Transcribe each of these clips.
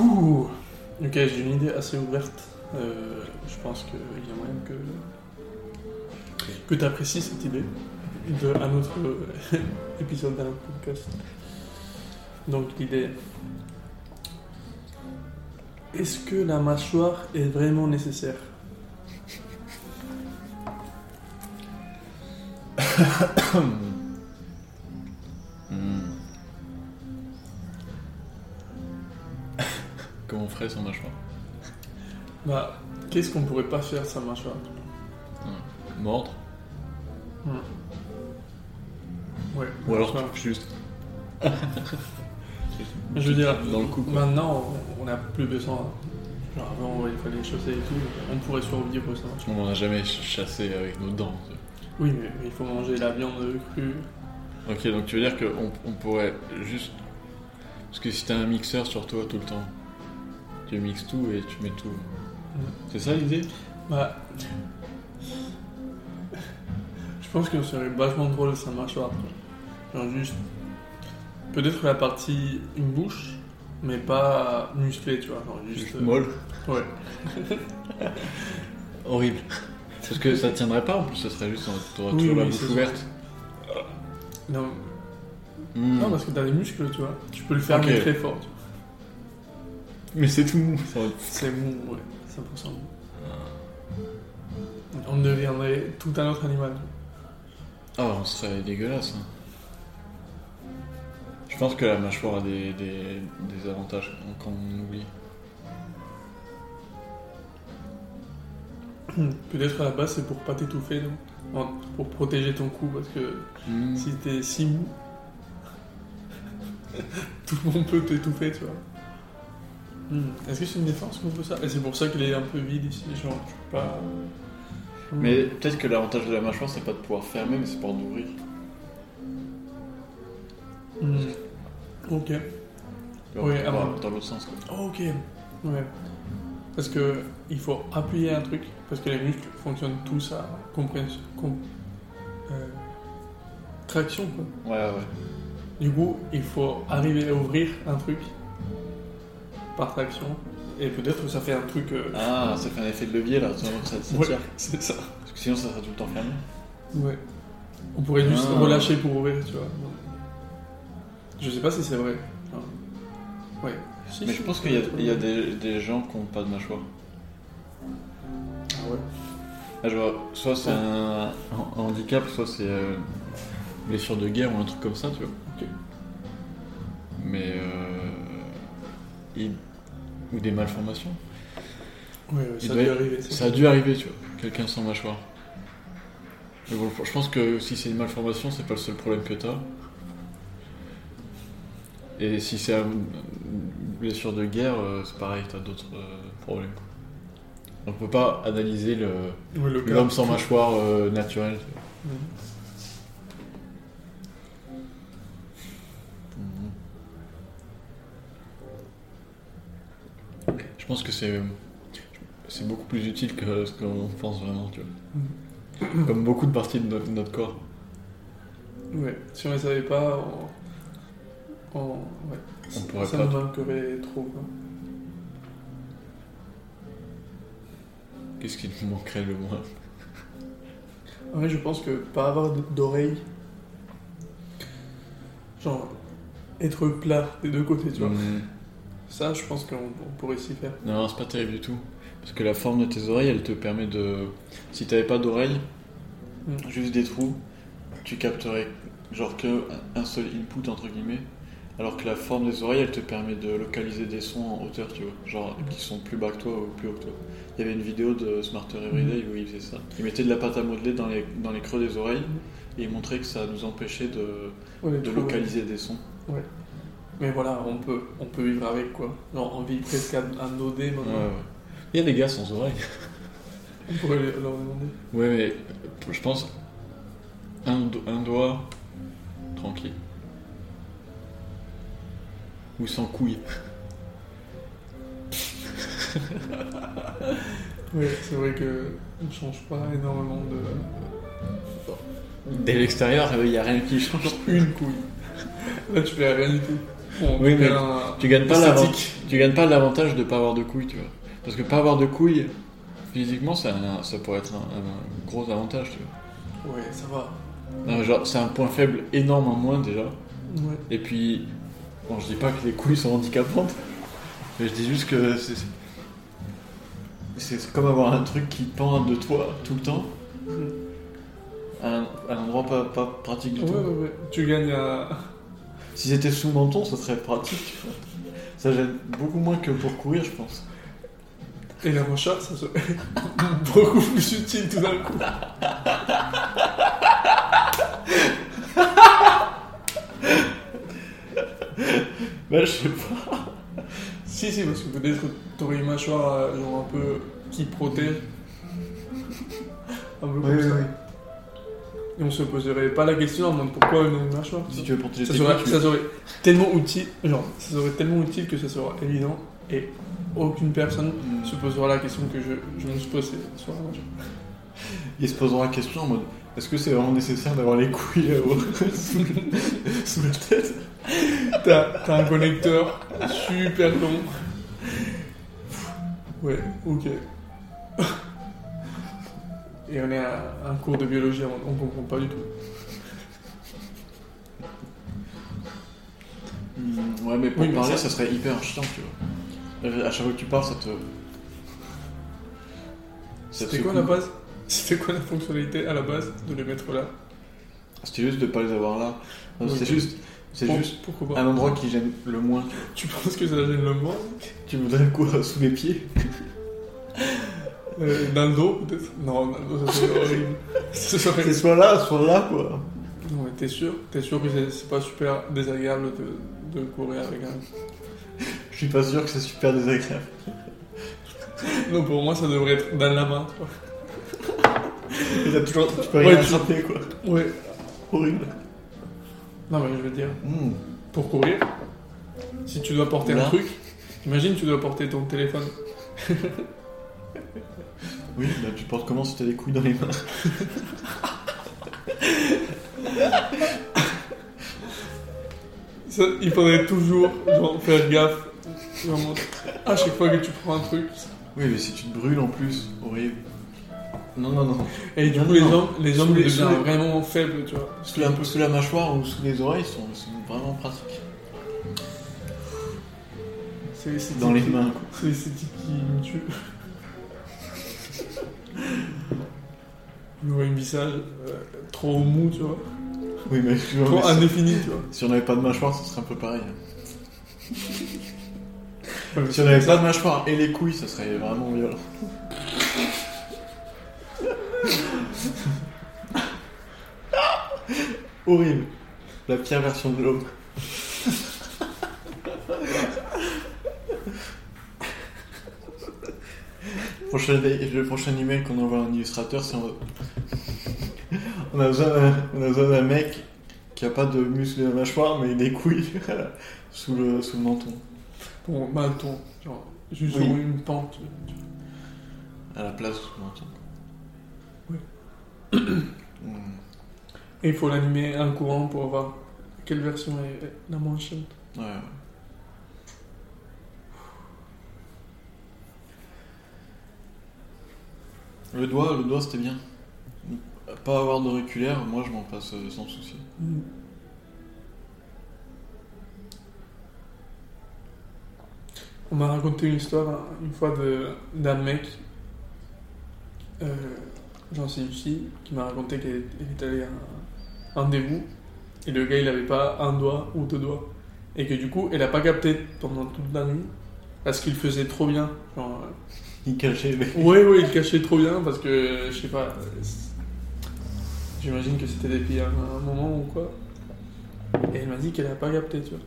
Ouh. Ok, j'ai une idée assez ouverte. Euh, je pense qu'il y a moyen que, que tu apprécies cette idée de un autre euh, épisode d'un autre podcast. Donc l'idée est... Est-ce que la mâchoire est vraiment nécessaire Hmm. Comment on ferait sans mâchoire Bah, qu'est-ce qu'on pourrait pas faire sa mâchoire Hmm. Mordre Ouais. Ou alors mâchoire. juste. Je veux dire, Dans le coup, quoi. maintenant on n'a plus besoin. Genre avant ouais, il fallait chasser et tout, on pourrait survivre sans mâchoire. On n'en a jamais ch- chassé avec nos dents. Oui, mais mais il faut manger la viande crue. Ok, donc tu veux dire qu'on on pourrait juste. Parce que si t'as un mixeur sur toi tout le temps, tu mixes tout et tu mets tout. C'est ça l'idée Bah. Je pense qu'on serait vachement drôle sans mâchoire. quoi. Genre juste. Peut-être la partie une bouche, mais pas musclée, tu vois. Genre juste. Juste euh, molle Ouais. Horrible. Parce que ça tiendrait pas en plus, ça serait juste. T'aurais Oui, toujours la oui, bouche c'est ça. ouverte. Non, Hmm. non, parce que t'as des muscles, tu vois. Tu peux le faire, Ok. mais très fort. tu vois. Mais c'est tout mou. ça aurait- C'est mou, ouais. 100% mou. On deviendrait tout un autre animal. Ah, on serait dégueulasse. hein. Je pense que la mâchoire a des, des, des avantages hein, quand on oublie. Peut-être à la base, c'est pour pas t'étouffer, non Non, Pour protéger ton cou, parce que Hmm. Si t'es si mou, tout le monde peut t'étouffer, tu vois. Hmm. Est-ce que c'est une défense qu'on peut ça Et c'est pour ça qu'il est un peu vide ici, genre, tu peux pas. Mais peut-être que l'avantage de la mâchoire, c'est pas de pouvoir fermer, mais c'est pouvoir d'ouvrir. Hmm. Ok. Alors, Oui, on ah va bon. dans l'autre sens. quoi. Oh, Ok. Ouais. Parce que il faut appuyer un truc, parce que les muscles fonctionnent tous à compréhension. com- euh, traction, quoi. Ouais, ouais. Du coup, il faut arriver à ouvrir un truc par traction, et peut-être que ça fait un truc. euh, Ah, ça fait un effet de levier là, ça, ça- ça Ouais, tire. c'est ça. Parce que sinon, ça serait tout le temps fermé. Ouais. On pourrait juste Ah. relâcher pour ouvrir, tu vois. Je sais pas si c'est vrai. Hein. Ouais. Si, Mais si, je pense ça qu'il y a, doit être- il y a des, des gens qui ont pas de mâchoire. Ah ouais. Ah, je vois, soit c'est un, un handicap, soit c'est euh, blessure de guerre ou un truc comme ça, tu vois. Ok. Mais. Euh, il- Ou des malformations. Ouais, ouais, Il ça doit doit y- arriver. Ça a dû arriver, tu vois, quelqu'un sans mâchoire. Mais bon, je pense que si c'est une malformation, c'est pas le seul problème que t'as. Et si c'est un- une blessure de guerre, euh, c'est pareil, t'as d'autres euh, problèmes. quoi. On peut pas analyser le- Ouais, le cas. l'homme sans mâchoire euh, naturel. tu vois. Mhm. Je pense que c'est c'est beaucoup plus utile que ce qu'on pense vraiment, tu vois. Comme beaucoup de parties de notre, notre corps. Ouais. Si on les savait pas, on. on... Ouais. On pourrait ça pas. nous manquerait trop. quoi. Qu'est-ce qui nous manquerait le moins Ouais, je pense que pas avoir d- d'oreilles. Genre, être plat des deux côtés, tu vois. Mm. Ça, je pense qu'on on pourrait s'y faire. Non, c'est pas terrible du tout. Parce que la forme de tes oreilles, elle te permet de. Si t'avais pas d'oreilles, Mm. juste des trous, tu capterais genre que un seul input entre guillemets. Alors que la forme des oreilles, elle te permet de localiser des sons en hauteur, tu vois, genre qui sont plus bas que toi ou plus haut que toi. Il y avait une vidéo de Smarter Everyday où il faisait ça. Il mettait de la pâte à modeler dans les, dans les creux des oreilles et il montrait que ça nous empêchait de, Ouais, les de trous, ouais. localiser des sons. Mais voilà, on peut, on peut vivre avec quoi. Genre, on vit presque à un OD maintenant. Ouais, ouais. Il y a des gars sans oreilles. On pourrait leur demander. Ouais, mais euh, je pense un, do- un doigt tranquille. Ou sans couille. Oui, c'est vrai que on change pas énormément de. Dès l'extérieur, il n'y a rien qui change. Une couille. Là, tu fais rien du tout. Bon, Oui, en tout mais cas, un- Tu gagnes pas l'avantage. esthétique. Tu gagnes pas l'avantage de pas avoir de couilles, tu vois. Parce que pas avoir de couilles, physiquement, ça, ça pourrait être un, un gros avantage, tu vois. Ouais, ça va. Non, mais genre, c'est un point faible énorme en moins déjà. Ouais. Et puis, bon, je dis pas que les couilles sont handicapantes, mais je dis juste que c'est. C'est comme avoir un truc qui pend de toi tout le temps, Mm. à un, à un endroit pas, pas pratique du Ouais, tout. ouais, ouais. Tu gagnes à. Si c'était sous menton, ça serait pratique, tu vois. Ça gêne beaucoup moins que pour courir, je pense. Et la manchard, ça se. beaucoup plus utile tout d'un coup. Bah, je sais pas. Si, si, parce que peut-être que t'aurais une mâchoire euh, genre un peu qui protège. Un peu comme ça. Et on se poserait pas la question en mode pourquoi une mâchoire. Si tu veux porter les ça, techniques, serait, tu ça serait tellement utile, genre, ça serait tellement utile que ça sera évident et aucune personne Mm. se posera la question que je, je me suis posée ce soir. moi, je- Il se posera la question en mode est-ce que c'est vraiment nécessaire d'avoir les couilles euh, au- sous, sous la tête T'as t'as un connecteur super long. Ouais, ok. Et on est à un cours de biologie, on, on comprend pas du tout. Hmm, Ouais, mais pour Oui, mais parler, ça- ça... serait hyper chiant, tu vois. Euh, À chaque fois que tu parles, ça te. ça te C'était quoi secoue. la base C'était quoi la fonctionnalité à la base de les mettre là C'était juste de pas les avoir là. Non, Oui. C'est juste, c'est Pour- juste Pourquoi pas un endroit qui gêne le moins. tu vois. Tu penses que ça gêne le moins Tu voudrais quoi Sous les pieds euh, D'un dos peut-être Non, d'un dos, ça serait horrible. Ça serait- C'est soit là, soit là, quoi. Non mais t'es sûr T'es sûr que c'est- c'est pas super désagréable de, de courir avec un... Je suis pas sûr que c'est super désagréable. Non pour moi ça devrait être dans la main. tu vois. Mais t'as toujours. Tu peux Ouais, rien tu- attraper, quoi. Ouais. Horrible. Non mais je veux dire, Hmm. pour courir, si tu dois porter Là. un truc, imagine tu dois porter ton téléphone. Oui, bah, tu portes comment si t'as des couilles dans les mains Ça, il faudrait toujours genre, faire gaffe. Vraiment, à chaque fois que tu prends un truc. Oui, mais si tu te brûles en plus, horrible. Non, non, non. Et du Non, coup non, les non. hommes, les hommes Sous les- deviennent sous les- vraiment faibles, tu vois. Sous la, sous la mâchoire ou sous les oreilles, ils sont, ils sont vraiment pratiques. C'est c'est- Dans les mains, quoi. C'est c'est qui qui me tue. Je vois une visage euh, trop mou, tu vois. Oui, mais, tu vois, Trop mais indéfini, tu vois. si, si on n'avait pas de mâchoire, ce serait un peu pareil. Ouais, mais Si on n'avait pas de mâchoire et les couilles, ça serait vraiment violent. horrible. La pire version de l'homme. Prochain- le prochain email qu'on envoie à un illustrateur, c'est en mode- on a besoin d'un- on a besoin d'un mec qui a pas de muscles de la mâchoire mais des couilles sous le, sous le menton. Ton bâton, genre, juste Oui. sur une pente. tu vois. À la place sous le menton. Oui. Hmm. Et il faut l'animer un courant pour avoir quelle version est est la moins chiante. Ouais, ouais. Le doigt, le doigt c'était bien. Pas avoir d'auriculaire, moi je m'en passe euh, sans souci. Mm. On m'a raconté une histoire hein, une fois de- d'un mec, euh, genre c'est une fille, qui m'a raconté qu'elle elle est allée à un rendez-vous et le gars il avait pas un doigt ou deux doigts. Et que du coup elle a pas capté pendant toute la nuit parce qu'il faisait trop bien. Genre, euh, Il cachait les. Ouais, ouais, il cachait trop bien parce que, euh, je sais pas. euh, c'est- J'imagine que c'était depuis un, un moment ou quoi. Et elle m'a dit qu'elle a pas capté, tu vois.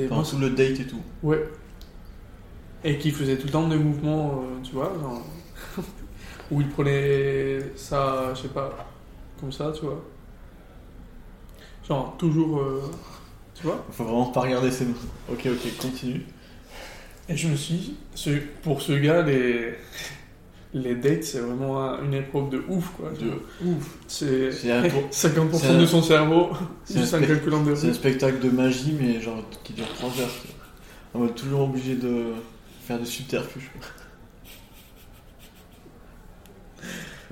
Et Enfin, moi, sous le date et tout. c'est- ouais. Et qu'il faisait tout le temps des mouvements, euh, tu vois, genre, où il prenait ça, je sais pas, comme ça, tu vois. Genre, toujours, euh, tu vois. Faut vraiment pas regarder ses mains. Ok, ok, continue. Et je me suis dit, ce- pour ce gars, les... les dates, c'est vraiment un- une épreuve de ouf, quoi. De ouf. C'est C'est un pour- 50% c'est un- de son cerveau, C'est un juste un spect- calculant de C'est un ouf. spectacle de magie, mais genre qui dure 3 heures. tu vois. En mode toujours obligé de faire des subterfuges. quoi.